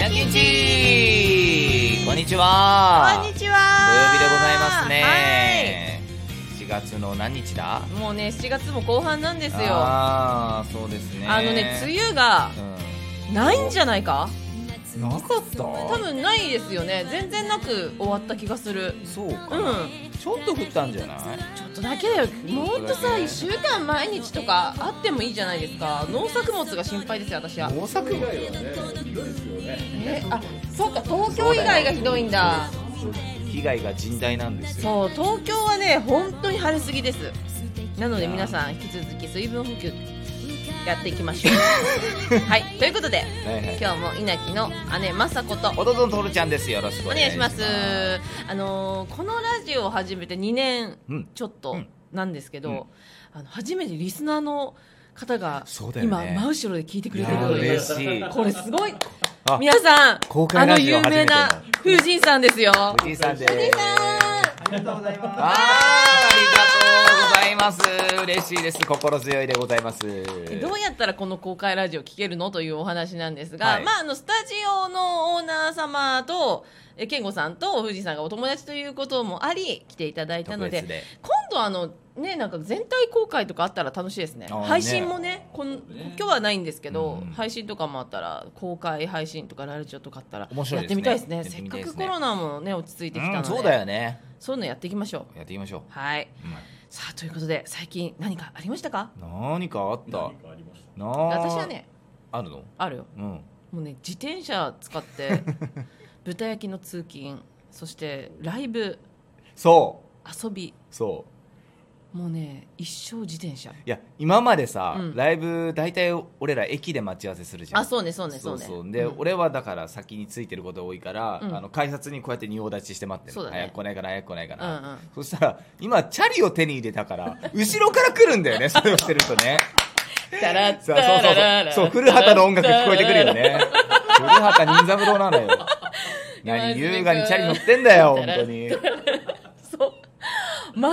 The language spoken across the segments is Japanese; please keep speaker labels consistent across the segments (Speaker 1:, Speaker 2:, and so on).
Speaker 1: ラッキーチーこんにち
Speaker 2: こ
Speaker 1: は
Speaker 2: んにち
Speaker 1: 土曜
Speaker 2: は
Speaker 1: 日でございますね4月の何日だ
Speaker 2: はいもうね7月も後半なんですよあ
Speaker 1: ああそうですね
Speaker 2: のね梅雨がないんじゃないか
Speaker 1: うんなかった
Speaker 2: 多分ないですよね全然なく終わった気がする
Speaker 1: そう
Speaker 2: う
Speaker 1: か
Speaker 2: ん
Speaker 1: な、ちょっと降ったんじゃない
Speaker 2: ちょっとだけだよもっとさ1週間毎日とかあってもいいじゃないですか農作物が心配ですよ私は
Speaker 3: 大阪以外はね、ひどいですよね。
Speaker 2: えあそうか東京以外がひどいんだ
Speaker 1: 被害が甚大なんですよ
Speaker 2: そう東京はね本当に晴れすぎですなので皆さん引き続き水分補給やっていきましょ うはいということで
Speaker 1: はいはい
Speaker 2: 今日も稲城の姉雅子と
Speaker 1: 弟のトルちゃんですよろしくお
Speaker 2: お
Speaker 1: 願
Speaker 2: 願
Speaker 1: い
Speaker 2: い
Speaker 1: し
Speaker 2: し
Speaker 1: ま
Speaker 2: ますすあのーこのラジオを始めて2年
Speaker 1: うん
Speaker 2: ちょっと
Speaker 1: うん
Speaker 2: なんですけど、
Speaker 1: うん
Speaker 2: あの初めてリスナーの方が
Speaker 1: そうだよ
Speaker 2: 今
Speaker 1: ね
Speaker 2: 真後ろで聞いてくれてる
Speaker 1: や
Speaker 2: ことに
Speaker 1: 嬉しい
Speaker 2: これすごい
Speaker 1: あ
Speaker 2: 皆さん
Speaker 1: 公開
Speaker 2: あの
Speaker 1: ラジオ
Speaker 2: 有
Speaker 1: 初め
Speaker 2: 名
Speaker 1: ての
Speaker 2: な風神さんですよ
Speaker 1: 藤井さんです
Speaker 3: ありがとうございます。
Speaker 1: あーありがとうございます嬉しいです心強いでございます
Speaker 2: どうやったらこの公開ラジオ聞けるのというお話なんですが、
Speaker 1: はい
Speaker 2: まあ、あのスタジオのオーナー様とえ健吾さんと藤井さんがお友達ということもあり来ていただいたので
Speaker 1: 特別で
Speaker 2: 今度あの、ね、なんか全体公開とかあったら楽しいですね
Speaker 1: あーね
Speaker 2: 配信もねこん今日はないんですけど、
Speaker 1: うん
Speaker 2: 配信とかもあったら公開配信とかラジオとかあったら
Speaker 1: 面白い
Speaker 2: やっ
Speaker 1: ですね
Speaker 2: てみたいですね
Speaker 1: やってみたい
Speaker 2: せ
Speaker 1: で
Speaker 2: っか
Speaker 1: す
Speaker 2: く
Speaker 1: ね
Speaker 2: コロナも、ね、落ち着いてきたの
Speaker 1: うん
Speaker 2: で、
Speaker 1: そうだよね
Speaker 2: そういうのやっていきましょう。
Speaker 1: やっていきましょう
Speaker 2: はい
Speaker 1: うん
Speaker 2: さあということで最近何かありましたか
Speaker 1: 何かあった
Speaker 3: ありました。
Speaker 1: な
Speaker 2: 私はね
Speaker 1: あるの
Speaker 2: あるよ
Speaker 1: うん
Speaker 2: もうね自転車使って 豚焼きの通勤そしてライブ
Speaker 1: そ
Speaker 2: 遊び
Speaker 1: うそう
Speaker 2: もうね一生自転車
Speaker 1: いや今までさ、
Speaker 2: うん
Speaker 1: ライブ大体俺ら駅で待ち合わせするじゃん
Speaker 2: あそうねそうねそうね
Speaker 1: で、
Speaker 2: うん
Speaker 1: 俺はだから先についてること多いから、
Speaker 2: うん
Speaker 1: あの改札にこうやって仁王立ちして待ってる
Speaker 2: そうだね
Speaker 1: 早く来ないかな早く来ないかな、
Speaker 2: うんうん
Speaker 1: そしたら今チャリを手に入れたから後ろから来るんだよねそれをしてるとね
Speaker 2: タラッ
Speaker 1: そうそうそうそうそう古畑の音楽聞こえてくるよね 古畑任三郎なの よ何優雅にチャリ乗ってんだよ本当に
Speaker 2: そうマ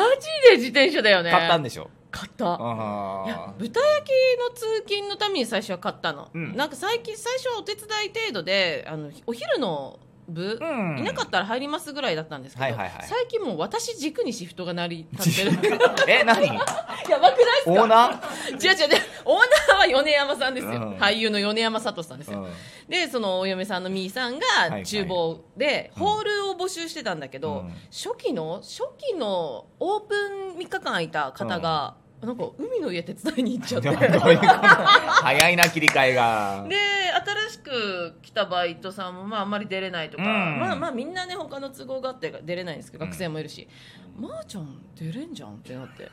Speaker 2: ジで自転車だよね
Speaker 1: 買ったんでしょ
Speaker 2: 買った
Speaker 1: ああ
Speaker 2: いや豚焼きの通勤のために最初は買ったの、
Speaker 1: うん
Speaker 2: なんか最近最初はお手伝い程度であのお昼の部、
Speaker 1: うん
Speaker 2: いなかったら入りますぐらいだったんですけど、
Speaker 1: はいはいはい
Speaker 2: 最近もう私軸にシフトが成り立ってる
Speaker 1: え何
Speaker 2: やばくないですか
Speaker 1: オーナ
Speaker 2: 違う違う、でオーナーは米山さんですよ、
Speaker 1: うん
Speaker 2: 俳優の米山聡さんです
Speaker 1: ー、
Speaker 2: よ、
Speaker 1: うん
Speaker 2: でそのお嫁さんのみーさんが
Speaker 1: いはい
Speaker 2: 厨房でホールを募集してたんだけど、
Speaker 1: うん
Speaker 2: 初期の初期のオープン3日間空いた方が、なんか海の家手伝いに行っちゃ っ
Speaker 1: ど
Speaker 2: て
Speaker 1: ういうこと早いな切り替えが
Speaker 2: で新しく来たバイトさんも、まあ、あんまり出れないとか、
Speaker 1: うん
Speaker 2: まあまあみんなね他の都合があって出れないんですけど、
Speaker 1: うん
Speaker 2: 学生もいるしまー、ちゃん出れんじゃんってなって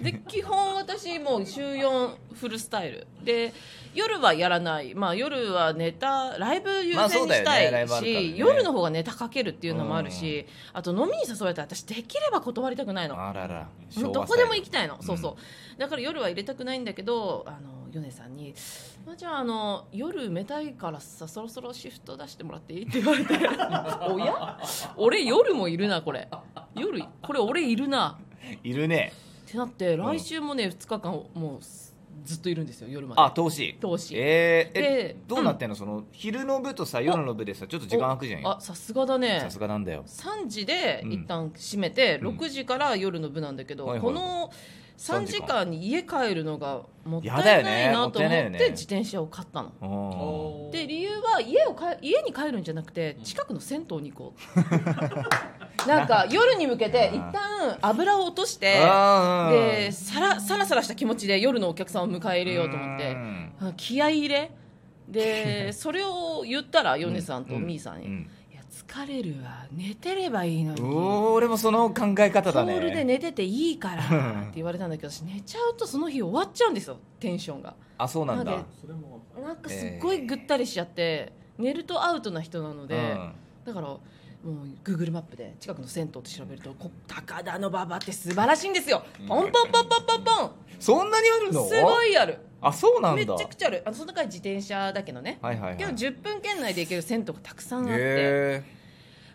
Speaker 2: で基本私もう週4フルスタイルで夜はやらない、まあ、夜はネタライブ優
Speaker 1: まあ
Speaker 2: 先
Speaker 1: そう
Speaker 2: に
Speaker 1: だよね
Speaker 2: したいし、
Speaker 1: ライブあるからね
Speaker 2: 夜の方がネタかけるっていうのもあるし、あと飲みに誘われたら私できれば断りたくないの
Speaker 1: あらら
Speaker 2: もうどこでも行きたいの、
Speaker 1: ん
Speaker 2: そうそうだから夜は入れたくないんだけどあのヨネさんに「まあ、じゃああの夜埋めたいからさそろそろシフト出してもらっていい?」って言われて「お や俺夜もいるなこれ夜これ俺いるな」
Speaker 1: いるね
Speaker 2: ってなって来週もね2日間もうずっといるんですよ夜まで
Speaker 1: あ投資
Speaker 2: 投資
Speaker 1: えー、え
Speaker 2: で
Speaker 1: どうなってんのその昼の部とさ夜の部でさちょっと時間空くじゃんよ
Speaker 2: あさすがだね
Speaker 1: さすがなんだよ
Speaker 2: 3時で
Speaker 1: うん
Speaker 2: 一旦閉めて、
Speaker 1: うん
Speaker 2: 6時から夜の部なんだけど、
Speaker 1: はいはい
Speaker 2: この3時間に家帰るのがもった
Speaker 1: やだ
Speaker 2: い
Speaker 1: よ
Speaker 2: ない
Speaker 1: ね
Speaker 2: なと
Speaker 1: も
Speaker 2: 思
Speaker 1: ったい
Speaker 2: っ
Speaker 1: ない
Speaker 2: て
Speaker 1: よね
Speaker 2: 自転車を買ったの。
Speaker 1: お
Speaker 2: で理由は家をか家に帰るんじゃなくて近くの銭湯に行こう なんか夜に向けて一旦油を落として
Speaker 1: あー
Speaker 2: でさらさらさらした気持ちで夜のお客さんを迎え入れようと思って
Speaker 1: うん
Speaker 2: あ気合い入れ でそれを言ったらヨネさんと
Speaker 1: うん
Speaker 2: ミーさんに
Speaker 1: う
Speaker 2: 「
Speaker 1: ん
Speaker 2: いや疲れるわ寝てればいいのに」
Speaker 1: うおー俺もその考え方だね
Speaker 2: ホールで寝てていいから
Speaker 1: うん
Speaker 2: って言われたんだけど私寝ちゃうとその日終わっちゃうんですよテンションが
Speaker 1: あそうなんだ
Speaker 2: なんで
Speaker 3: それも。
Speaker 2: なんかすっごいぐったりしちゃって、寝るとアウトな人なので、
Speaker 1: うん
Speaker 2: だからもう Google マップで近くの銭湯って調べるとこ高田の馬場って素晴らしいんですよポンポンポンポンポン
Speaker 1: そんなにある
Speaker 2: ポ
Speaker 1: の
Speaker 2: ンすごいある
Speaker 1: あそうなん
Speaker 2: めち
Speaker 1: だ
Speaker 2: ゃくちゃあるあのその中に自転車だけどね、
Speaker 1: はいはいはい
Speaker 2: でも10分圏内で行ける銭湯がたくさんあって、
Speaker 1: へ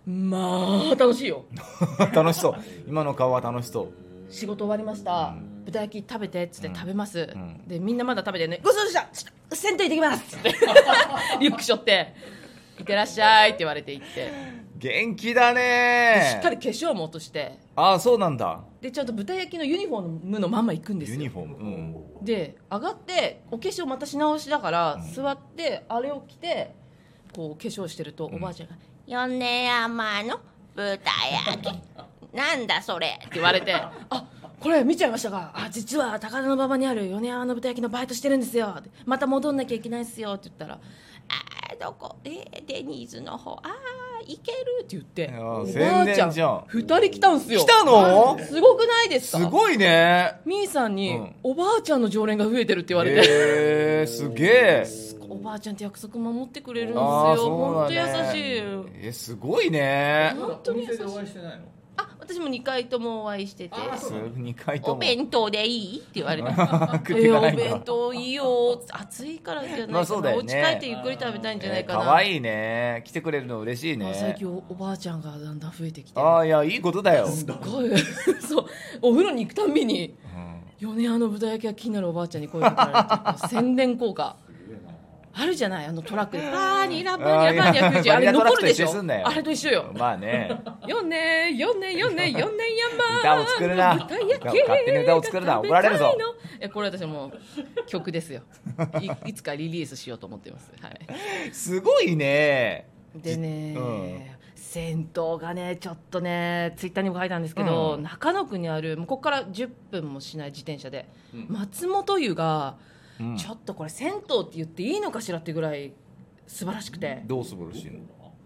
Speaker 2: まあ楽しいよ
Speaker 1: ー 楽しそう今の顔は楽しそう
Speaker 2: 仕事終わりました、豚焼き食べてっつって食べます、
Speaker 1: ん
Speaker 2: でみんなまだ食べてねごちそうさまでしたちょっと銭湯行ってきますっつってリュックしょって「いってらっしゃい」って言われて行って
Speaker 1: 元気だ
Speaker 2: でしっか
Speaker 1: ね
Speaker 2: り化粧も落として
Speaker 1: ああそうなんだ
Speaker 2: でちゃんと豚焼きのユニフォームのまんま行くんです
Speaker 1: ユ
Speaker 2: よ
Speaker 1: ニフォーム、うん、
Speaker 2: で上がってお化粧またし直しだから、
Speaker 1: ん
Speaker 2: 座ってあれを着てこう化粧してると、
Speaker 1: うん
Speaker 2: おばあちゃんが「
Speaker 4: 米山の豚焼き なんだそれ
Speaker 2: って言わ れて「あこれ見ちゃいましたかあ実は高田馬場にある米山の豚焼きのバイトしてるんですよってまた戻んなきゃいけないんですよ」って言ったら「あーどこえーデニーズの方あー行ける」って言って
Speaker 1: あー
Speaker 2: おばあち
Speaker 1: 宣
Speaker 2: ゃ
Speaker 1: 伝
Speaker 2: ん
Speaker 1: じゃん
Speaker 2: 2人来たんすよ
Speaker 1: 来たの
Speaker 2: すごくないです
Speaker 1: す
Speaker 2: か
Speaker 1: ごいね
Speaker 2: みーさんに、
Speaker 1: うん
Speaker 2: おばあちゃんの常連が増えてるって言われて、
Speaker 1: えー、すげえ
Speaker 2: おばあちゃんって約束守ってくれるんですよ
Speaker 1: あーそう
Speaker 2: 本
Speaker 1: だ
Speaker 2: 当
Speaker 1: ね
Speaker 2: 優しい
Speaker 1: えすごいね
Speaker 2: 本当に優しい
Speaker 5: お店でお会いしてないの
Speaker 2: あ私も2回ともお会いしてて
Speaker 5: あーそう
Speaker 1: 2回と
Speaker 4: お
Speaker 1: も
Speaker 4: 弁当でいい
Speaker 2: って言われて え
Speaker 1: 口が
Speaker 2: お
Speaker 1: ないん
Speaker 2: 弁
Speaker 1: だ
Speaker 2: 当いいよ暑いからじゃないかな、
Speaker 1: まあそうだよね
Speaker 2: お家帰ってゆっくり食べたいんじゃないかな、
Speaker 1: 可愛いね来てくれるの嬉しい
Speaker 2: まあ最
Speaker 1: ね
Speaker 2: 近おばあちゃんがだんだん増えてきて
Speaker 1: ああいやいいこと だよ、
Speaker 2: すっごいそうお風呂に行くたんびに
Speaker 1: うん
Speaker 2: 米屋の豚焼きが気になるおばあちゃんに声かけら れて宣伝効果あるじゃないあのトラックでバーニラバーニラバーニラ90あ
Speaker 1: あーい
Speaker 2: れ
Speaker 1: やバニラト
Speaker 2: 残るでし
Speaker 1: ラックと一緒にすんな
Speaker 2: ょ
Speaker 1: よ
Speaker 2: あれと一緒よ
Speaker 1: まあね
Speaker 2: よねよねよ ねよね
Speaker 1: 歌
Speaker 2: 山
Speaker 1: を作るな
Speaker 2: 豚焼き
Speaker 1: 勝手に歌を作るな怒られるぞ
Speaker 2: 食べたいのいやこれ私もう曲ですよいいつかリリースしようと思ってますはい
Speaker 1: すごいね
Speaker 2: でね、
Speaker 1: うん
Speaker 2: 銭湯がねちょっとねツイッターにも書いたんですけど、
Speaker 1: うん
Speaker 2: 中野区にあるもうここから10分もしない自転車で、
Speaker 5: うん
Speaker 2: 松本湯が、
Speaker 1: うん
Speaker 2: ちょっとこれ銭湯って言っていいのかしらってぐらい素晴らしくて、
Speaker 1: どう素晴らしいの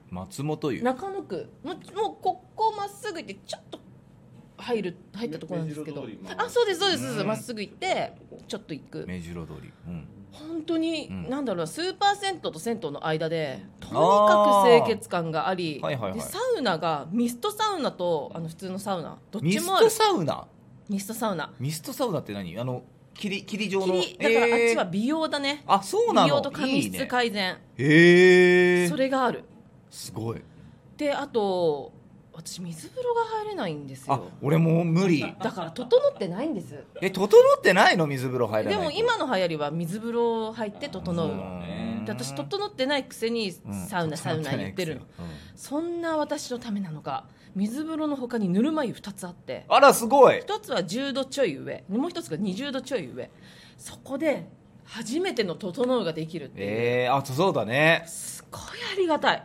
Speaker 1: 松本湯
Speaker 2: 中野区もうもうここまっすぐ行ってちょっと入る入ったところなんですけど
Speaker 5: 目白通りまあ
Speaker 2: あそうですそうですそうです
Speaker 1: うん
Speaker 2: ま、っすぐ行ってちょっと行く
Speaker 1: 目白通り、うん、
Speaker 2: 本当に、
Speaker 1: うん
Speaker 2: なんだろうなスーパー銭湯と銭湯の間でとに
Speaker 1: あ
Speaker 2: かく
Speaker 1: ー
Speaker 2: 清潔感があり
Speaker 1: はいはいはい
Speaker 2: でサウナがミストサウナとあの普通のサウナどっ
Speaker 1: ミ
Speaker 2: ち
Speaker 1: ス
Speaker 2: もある
Speaker 1: トサウナ
Speaker 2: ミストサウナ
Speaker 1: ミストサウナって何あの霧霧状の
Speaker 2: 霧だからあっちは
Speaker 1: えー
Speaker 2: 美容だね、
Speaker 1: あそうなの
Speaker 2: 美容と髪
Speaker 1: いい
Speaker 2: 質
Speaker 1: ね
Speaker 2: 改善
Speaker 1: へえ
Speaker 2: それがある
Speaker 1: すごい
Speaker 2: であと私水風呂が入れないんです
Speaker 1: あ
Speaker 2: よ
Speaker 1: 俺もう無理
Speaker 2: だから整ってないんです
Speaker 1: え整ってないの水風呂入らな
Speaker 2: で
Speaker 1: いと
Speaker 2: も今の流行りは水風呂入って整う
Speaker 1: そうだね
Speaker 2: で私整ってないくせに
Speaker 1: うん
Speaker 2: サウナ、サウナ言ってるの、そんな私のためなのか水風呂の他にぬるま湯2つあって
Speaker 1: うんあらすごい
Speaker 2: 1つは10度ちょい上もう1つが20度ちょい上そこで初めての整うができるっていう、
Speaker 1: えー、あそうだね
Speaker 2: すごいありがたい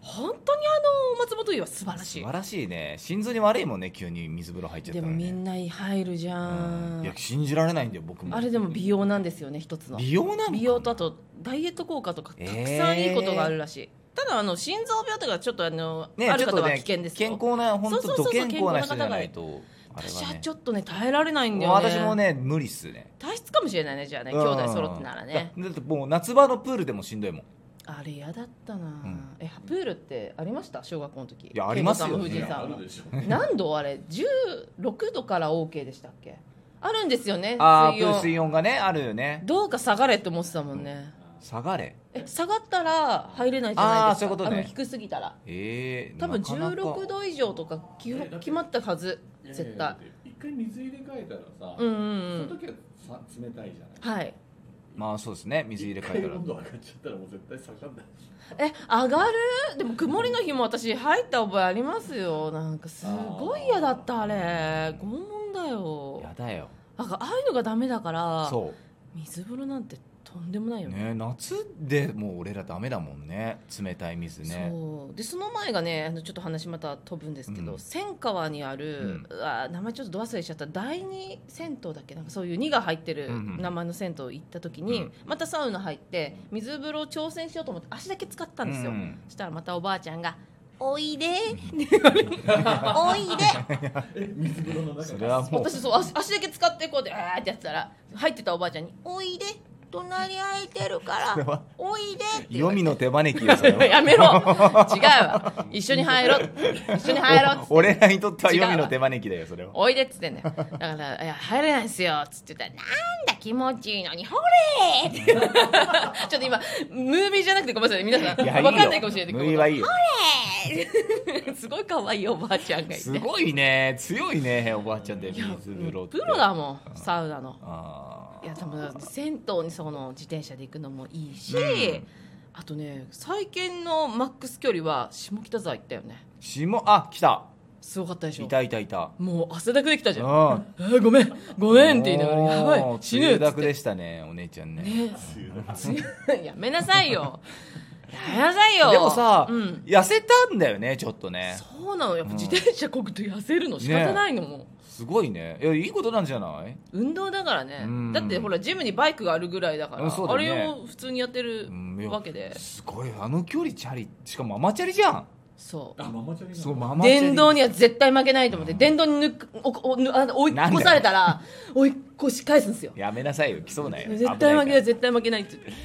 Speaker 2: 本当にあの松本湯は素晴らし
Speaker 1: 素
Speaker 2: い
Speaker 1: 晴らしいね心臓に悪いもんね急に水風呂入っちゃった
Speaker 2: で
Speaker 1: ら、
Speaker 2: も
Speaker 1: ね、
Speaker 2: みんな入るじゃ
Speaker 1: うん
Speaker 2: ん
Speaker 1: いや信じられないんだよ僕も
Speaker 2: あれでも美容なんですよね一つの
Speaker 1: 美容なのかな
Speaker 2: 美容とあとダイエット効果とかた
Speaker 1: えー
Speaker 2: くさんいいことがあるらしい、ただあの心臓病とかちょっとあの、
Speaker 1: ね
Speaker 2: ある
Speaker 1: ちょっ
Speaker 2: 方
Speaker 1: と
Speaker 2: は
Speaker 1: ね
Speaker 2: 危険ですよ
Speaker 1: 健康な本
Speaker 2: そうそう
Speaker 1: 当
Speaker 2: そう
Speaker 1: ど
Speaker 2: そう
Speaker 1: 健康な人じゃないとあれ
Speaker 2: 私
Speaker 1: は
Speaker 2: は
Speaker 1: ね
Speaker 2: ちょっとね耐えられないんだ
Speaker 1: もう
Speaker 2: よね
Speaker 1: 私もね無理っすね
Speaker 2: 体質かもしれないねじゃあね
Speaker 1: う
Speaker 2: 兄
Speaker 1: ん
Speaker 2: 弟揃ってならね
Speaker 1: だだってもう夏場のプールでもしんどいもん
Speaker 2: あれ嫌だったな、
Speaker 1: ん
Speaker 2: えプールってありました小学校の時い
Speaker 1: やありますよ
Speaker 2: 藤井
Speaker 1: ね
Speaker 2: さ
Speaker 5: あ
Speaker 2: んも
Speaker 5: るでしょ
Speaker 2: 何度あれ16度から OK でしたっけあるんですよね
Speaker 1: ああ
Speaker 2: 水
Speaker 1: プール
Speaker 2: 温
Speaker 1: 水温がねあるよね
Speaker 2: どうか下がれって思ってたもんね、
Speaker 1: 下がれ
Speaker 2: え下がったら入れないじゃないですか
Speaker 1: あーそういうことね
Speaker 2: の低すぎたら
Speaker 1: えー、
Speaker 2: 多分
Speaker 1: なかなか
Speaker 2: 16度以上とか基本決まったはず絶対
Speaker 5: 一回水入れ替えたらさ、
Speaker 2: うんうんう
Speaker 5: その
Speaker 2: ん
Speaker 5: 時はさ冷たいじゃない
Speaker 2: はい
Speaker 1: まあそうですね水入れ替え
Speaker 5: 一
Speaker 1: た
Speaker 5: 回
Speaker 1: ら
Speaker 5: 温度上がっちゃったらもう絶対下がんない
Speaker 2: え上がるでも曇りの日も私入った覚えありますよなんかすごい嫌だったあれ拷問だよ
Speaker 1: やだよ
Speaker 2: なんかああいうのがダメだから
Speaker 1: そ
Speaker 2: 水風呂なんてとんでもないうよね
Speaker 1: ね夏でもう俺らダメだもんね冷たい水ね
Speaker 2: そうでその前がねあのちょっと話また飛ぶんですけど、
Speaker 1: うん
Speaker 2: 千川にある、うわ名前ちょっとど忘れしちゃった第二銭湯だっけなんかそういう2が入ってる
Speaker 1: うんうん
Speaker 2: 名前の銭湯行った時
Speaker 1: う
Speaker 2: に、
Speaker 1: ん
Speaker 2: またサウナ入って水風呂挑戦しようと思って足だけ使ったんですよ、
Speaker 1: うん
Speaker 2: そしたらまたおばあちゃんが
Speaker 4: おいでおいで
Speaker 5: え水風呂の中
Speaker 1: それはもう
Speaker 2: 私そう足足だけ使ってこうであーってやってたら入ってたおばあちゃんに
Speaker 4: おいで隣空いてるか
Speaker 1: それは
Speaker 4: らおいで
Speaker 1: 黄みの手招きよそ れは
Speaker 2: やめろ違うわ一緒に入ろう一緒に入ろうっつって
Speaker 1: お俺らにとっては黄みの手招きだよそ れは
Speaker 2: おいでっつってんだよだから「いや入れないんすよ」っつって言ったら「なんだ気持ちいいのにほれ!」って ちょっと今ムービーじゃなくてごめんなさい皆さん
Speaker 1: い
Speaker 2: 分
Speaker 1: やいいよ
Speaker 2: かんないかもしれない
Speaker 1: 無理はい
Speaker 2: い
Speaker 1: いよ
Speaker 2: すごい可愛いおばあちゃんがいて
Speaker 1: すごいね強いねおばあちゃんで水風呂って
Speaker 2: プロだもんサウナの
Speaker 1: あ
Speaker 2: いや多分銭湯にその自転車で行くのもいいし、
Speaker 1: うん
Speaker 2: あとね最近のマックス距離は下北沢行ったよね
Speaker 1: 下あ来た
Speaker 2: すごかったでしょ
Speaker 1: いたいたいた
Speaker 2: もう汗だくできたじゃん
Speaker 1: あ
Speaker 2: 「あーごめんごめん」って言いながら「やばい死
Speaker 1: 死
Speaker 2: ぬ」
Speaker 1: ぬ
Speaker 2: っつっ
Speaker 1: だ
Speaker 2: て
Speaker 1: くでしたねお姉ちゃんね
Speaker 2: ね
Speaker 5: 梅雨だ
Speaker 2: え やめなさいよやめなさいよ
Speaker 1: でもさ、
Speaker 2: うん、
Speaker 1: 痩せたんだよねちょっとね
Speaker 2: そうなのやっぱ
Speaker 1: うん
Speaker 2: 自転車こぐと痩せるの仕方ないのもう、
Speaker 1: すごいねいやいいことなんじゃない
Speaker 2: 運動だからね
Speaker 1: うん
Speaker 2: だってほらジムにバイクがあるぐらいだから
Speaker 1: うんそうだ
Speaker 2: あ
Speaker 1: よね
Speaker 2: れを普通にやってる
Speaker 1: うんいや
Speaker 2: わけです
Speaker 1: ごいあの距離チャリしかもママチャリじゃん
Speaker 2: そう
Speaker 5: あママチャリ
Speaker 1: そう
Speaker 5: なの
Speaker 1: ママチャリ
Speaker 2: 電動には絶対負けないと思って電動に抜くおおぬあの追い
Speaker 1: なんだよ
Speaker 2: 越されたら追い越し返すんですよ
Speaker 1: やめなさいよ来そうだよ
Speaker 2: 絶対負けない
Speaker 1: 危
Speaker 2: 絶対負けないって言っ
Speaker 1: から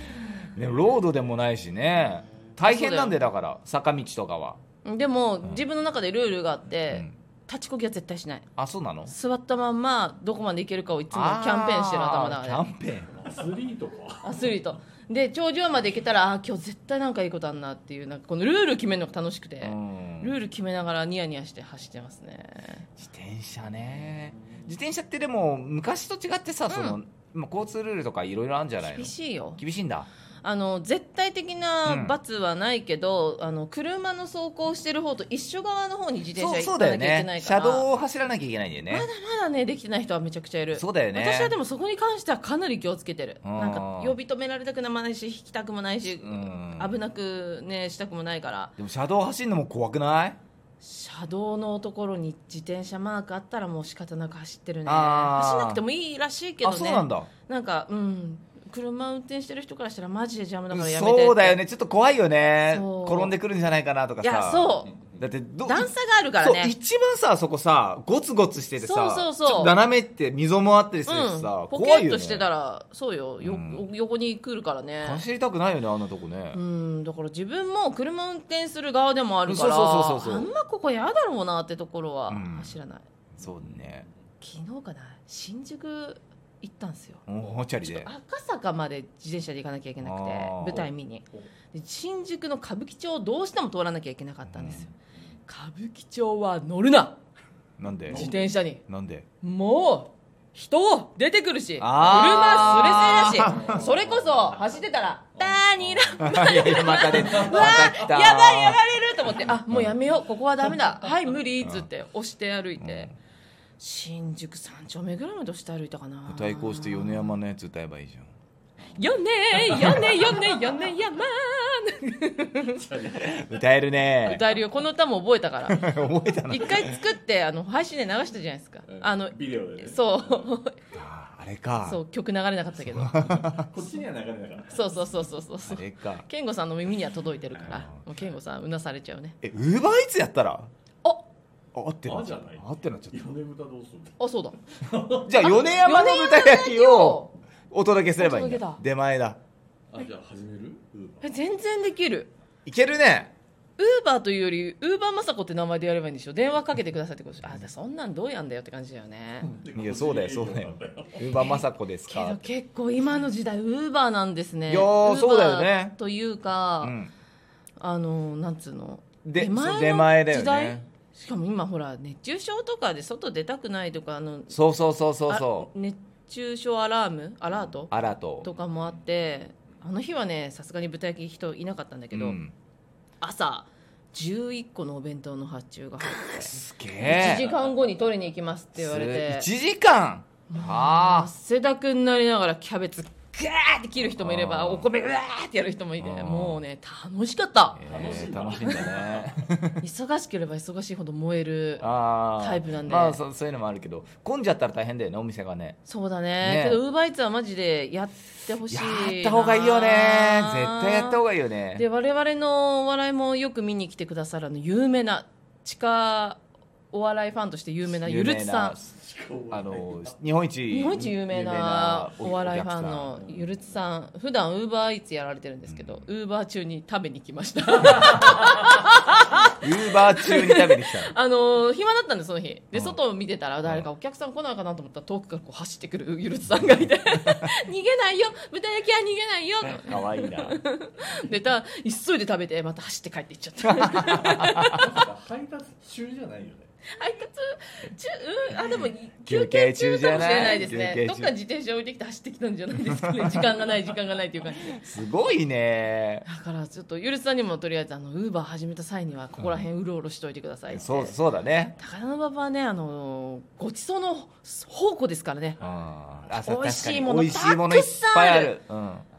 Speaker 1: でもロードでもないしね大変なんでだから坂道とかは、
Speaker 2: てでも自分の中でルールがあって、
Speaker 1: うん
Speaker 2: 立ちこぎは絶対しない
Speaker 1: あそうなの
Speaker 2: 座ったまんまどこまでいけるかをいつもキャンペーンしてる頭の中で
Speaker 1: あーキャンペ
Speaker 5: アスリートか
Speaker 2: アスリートで頂上まで行けたらあー今日絶対なんかいいことあんなっていうなんかこのルール決めるのが楽しくて、
Speaker 1: ーン、うん
Speaker 2: ルール決めながらニヤニヤして走ってますね
Speaker 1: 自転車ね自転車ってでも昔と違ってさ、そのまあ交通ルールとかいろいろあるんじゃないの
Speaker 2: 厳しいよ
Speaker 1: 厳しいんだ
Speaker 2: あの絶対的
Speaker 1: うん
Speaker 2: な罰はないけど、あの車の走行してる方と一緒側の方に自転
Speaker 1: そう
Speaker 2: 車
Speaker 1: そ
Speaker 2: 行
Speaker 1: う
Speaker 2: か
Speaker 1: だ
Speaker 2: な
Speaker 1: よ
Speaker 2: きゃいけな
Speaker 1: ね
Speaker 2: いか
Speaker 1: 車
Speaker 2: ら、
Speaker 1: 道を走らなきゃいけないんだよね
Speaker 2: まだまだねできてない人はめちゃくちゃいる
Speaker 1: そうだよね
Speaker 2: 私はでもそこに関してはかなり気をつけてる
Speaker 1: うん
Speaker 2: なんか呼び止められたくないし引きたくもないし、
Speaker 1: うん
Speaker 2: 危なくねしたくもないから
Speaker 1: でも車道走るのも怖くない、
Speaker 2: 車道のところに自転車マークあったらもう仕方なく走ってるね
Speaker 1: あー
Speaker 2: 走んなくてもいいらしいけど
Speaker 1: あ
Speaker 2: ね
Speaker 1: そうなんだ
Speaker 2: なんかうん車運転してる人からしたらマジで邪魔だからやめてって
Speaker 1: そうだよねちょっと怖いよね
Speaker 2: そう
Speaker 1: 転んでくるんじゃないかなとか
Speaker 2: い
Speaker 1: さ
Speaker 2: やそう
Speaker 1: だってど
Speaker 2: 段差があるから
Speaker 1: そう
Speaker 2: ね
Speaker 1: 一番さそこさゴツゴツしててさ
Speaker 2: そうそうそう
Speaker 1: ちょっと斜めって溝もあったりする
Speaker 2: う
Speaker 1: し
Speaker 2: ん
Speaker 1: さ、
Speaker 2: ポケ
Speaker 1: 怖い
Speaker 2: ッ
Speaker 1: よ
Speaker 2: と
Speaker 1: ね
Speaker 2: してたらそうよよ
Speaker 1: うん
Speaker 2: 横に来るからね
Speaker 1: 走りたくないよねあんなとこね、
Speaker 2: うんだから自分も車運転する側でもあるから
Speaker 1: そうそうそうそうそう
Speaker 2: あんまここ嫌だろうなってところは
Speaker 1: うん
Speaker 2: 走らない、
Speaker 1: そうね
Speaker 2: 昨日かな新宿行ったんですよ
Speaker 1: おーチャリ
Speaker 2: ちょっ
Speaker 1: で
Speaker 2: と赤坂まで自転車で行かなきゃいけなくて
Speaker 1: あー
Speaker 2: 舞台見にで新宿の歌舞伎町をどうしても通らなきゃいけなかったんですよ、歌舞伎町は乗るな
Speaker 1: なんで
Speaker 2: 自転車に
Speaker 1: なんで
Speaker 2: もう人出てくるし
Speaker 1: あ
Speaker 2: 車
Speaker 1: ー
Speaker 2: すれす れだしそれこそ走ってたら「ダーニーラ
Speaker 1: いやいやまたね
Speaker 2: う
Speaker 1: ま
Speaker 2: わ
Speaker 1: た来
Speaker 2: ー
Speaker 1: た
Speaker 2: やばいやられる!」と思って「あもうやめようここはダ メだはい無理」っつって押して歩いて、新宿三丁目ぐらいまで押して歩いたかな
Speaker 1: 対抗して米山のやつ歌えばいいじゃん
Speaker 2: よねよねよねよねやま
Speaker 1: 歌えるね
Speaker 2: 歌えるよこの歌も覚えたから
Speaker 1: 覚えたな
Speaker 2: 一回作ってあの配信で流したじゃないですかあの
Speaker 5: ビデオでね
Speaker 2: そう
Speaker 1: ああれか
Speaker 2: そう曲流れなかったけど
Speaker 5: こっちには流れなかった
Speaker 2: そうそうそうそうそうそ
Speaker 1: あ
Speaker 2: う
Speaker 1: れか
Speaker 2: 健吾さんの耳には届いてるからもう健吾さんうなされちゃうね
Speaker 1: えウーバーイーツやったら
Speaker 2: あ
Speaker 1: あ合ってな
Speaker 5: あ
Speaker 1: っち
Speaker 5: じ
Speaker 1: ゃ
Speaker 5: ゃ
Speaker 1: っ
Speaker 5: ない
Speaker 1: た合ってなっちゃっ
Speaker 5: 米豚どうする
Speaker 2: あそうだ
Speaker 1: たじゃあ米山の豚焼きをお届けすればいいん
Speaker 2: お
Speaker 1: だ
Speaker 2: 届けだ
Speaker 1: 出前だ
Speaker 5: のあじゃあ始めるウーバ
Speaker 2: え全然できる
Speaker 1: いけるね
Speaker 2: ウーバーというよりウーバーマサコって名前でやればいいんでしょ電話かけてくださいってことでしょあでそんなんどうやんだよって感じだよね
Speaker 5: ー
Speaker 1: いやそうだよそうだ よウーバーまさこです
Speaker 2: けど
Speaker 1: か
Speaker 2: 結構今の時代ウーバーなんですね
Speaker 1: いやー
Speaker 2: Uber
Speaker 1: そうだよね
Speaker 2: というか、
Speaker 1: うん
Speaker 2: あのなんつうの
Speaker 1: で
Speaker 2: の
Speaker 1: 出前だよね
Speaker 2: 時代しかも今ほら熱中症とかで外出たくないとかあの
Speaker 1: そうそうそうそうそう
Speaker 2: あ熱中症アラームアラート
Speaker 1: あらと
Speaker 2: とかもあってあの日はねさすがに豚焼き人いなかったんだけど、
Speaker 1: うん
Speaker 2: 朝11個のお弁当の発注が入って
Speaker 1: すげ
Speaker 2: 1
Speaker 1: え
Speaker 2: 時間後に取りに行きますって言われて
Speaker 1: 1時間ああ
Speaker 2: 汗だくになりながらキャベツガーって切る人もいれば
Speaker 1: あー
Speaker 2: お米うわーってやる人もいて
Speaker 1: あー
Speaker 2: もうね楽しかった
Speaker 1: 楽しい楽しいんだ ね
Speaker 2: 忙しければ忙しいほど燃える
Speaker 1: あー
Speaker 2: タイプなんで
Speaker 1: まあそそういうのもあるけど混んじゃったら大変だよねお店がね
Speaker 2: そうだね
Speaker 1: ね
Speaker 2: けどウーバーイーツはマジでやってほしい
Speaker 1: や
Speaker 2: な
Speaker 1: った方がいいよね絶対やった方がいいよ
Speaker 2: で
Speaker 1: ね
Speaker 2: 我々のお笑いもよく見に来てくださるあの有名な地下お笑いファンとして有名なゆるつさん
Speaker 1: 有名なあの日本一
Speaker 2: 日本一有名な
Speaker 1: 有名
Speaker 2: お笑いファンの
Speaker 1: お客さん
Speaker 2: ゆるつさん普段ウーバーイーツやられてるんですけどウーバー中に食べに来ました
Speaker 1: ウーバー中に食べてきた の
Speaker 2: あのー暇だったんでその日
Speaker 1: うん
Speaker 2: で外を見てたら誰かお客さん来ないかなと思ったら遠くからこう走ってくるゆるつさんがい て逃げないよ豚焼きは逃げないよ
Speaker 1: かわいいな
Speaker 2: でた急いで食べてまた走って帰っていっちゃった
Speaker 5: 配達中じゃないよね
Speaker 2: 配達中、うん、あ、でも、
Speaker 1: 休
Speaker 2: 休
Speaker 1: 憩
Speaker 2: 憩
Speaker 1: 中
Speaker 2: 中
Speaker 1: じ
Speaker 2: か
Speaker 1: ゃ
Speaker 2: もし
Speaker 1: ない
Speaker 2: れないです
Speaker 1: 休憩
Speaker 2: ね。
Speaker 1: 中
Speaker 2: どっか自転車置いてきて走ってきたんじゃないで すかね。時間がない、時間がないっていう感じで。
Speaker 1: すごいね。
Speaker 2: だから、ちょっと、ゆるさんにもとりあえず、あの、ウーバー始めた際には、ここら辺うろうろしといてくださいって。
Speaker 1: そう、そうだね。
Speaker 2: 高田馬場はね、あの、ごちそうの宝庫ですからね。
Speaker 1: あー
Speaker 2: 美味しいもの
Speaker 1: 美味しいものいっぱいある。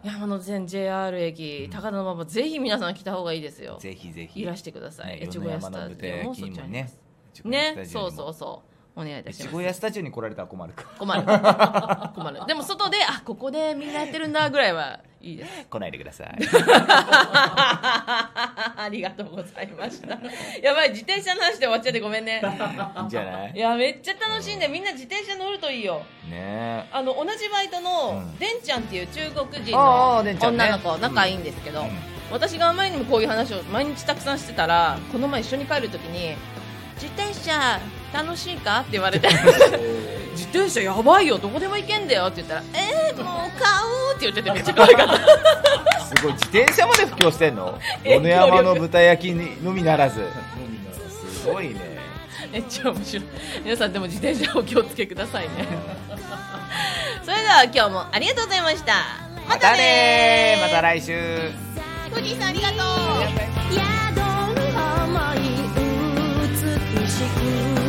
Speaker 2: 山手線 JR 駅、高田馬場、ぜひ皆さん来た方がいいです
Speaker 1: う
Speaker 2: よ
Speaker 1: ん。。ぜひぜひ。
Speaker 2: いらしてください。
Speaker 1: ね
Speaker 2: 越後屋スタ
Speaker 1: 米
Speaker 2: ジオ
Speaker 1: 山の舞
Speaker 2: も
Speaker 1: 台
Speaker 2: そっ
Speaker 1: に
Speaker 2: ち
Speaker 1: も
Speaker 2: ありま
Speaker 1: ね越
Speaker 2: す。。
Speaker 1: 後屋
Speaker 2: ね、
Speaker 1: スタジオに
Speaker 2: そう
Speaker 1: も
Speaker 2: そうそう。お願いいたし
Speaker 1: 越
Speaker 2: ます
Speaker 1: 後。屋スタジオに来られたら困るか。
Speaker 2: 困る 困るでも外であここでみんなやってるんだぐらいはいいです
Speaker 1: 来ないでください。
Speaker 2: ありがとうございましたやばい自転車の話で終わっちゃってごめ んね
Speaker 1: いいんじゃない
Speaker 2: い
Speaker 1: ね
Speaker 2: やめっちゃ楽しいんでみんな自転車乗るといいよ
Speaker 1: え。
Speaker 2: あの同じバイト
Speaker 1: う
Speaker 2: の
Speaker 1: ん
Speaker 2: でんちゃんっていう中国人
Speaker 1: あ
Speaker 2: の
Speaker 1: あでんちゃんね
Speaker 2: 女の子仲いいんですけど、
Speaker 1: うん
Speaker 2: 私があまりにもこういう話を毎日たくさんしてたらこの前一緒に帰る時に「自転車楽しいか?」って言わ れて「自転車やばいよどこでも行けんだよ」って言ったら「えー、もう買おう」って言っててめっちゃ可愛かった
Speaker 1: すごい自転車まで布教してんの。米山の豚焼きにのみならず。すごいね。
Speaker 2: めっちゃ面白い皆さんでも自転車お気をつけくださいねそれでは今日もありがとうございました
Speaker 1: またねー。また来週。
Speaker 4: 富士山ありがとう
Speaker 3: 宿る想い美しく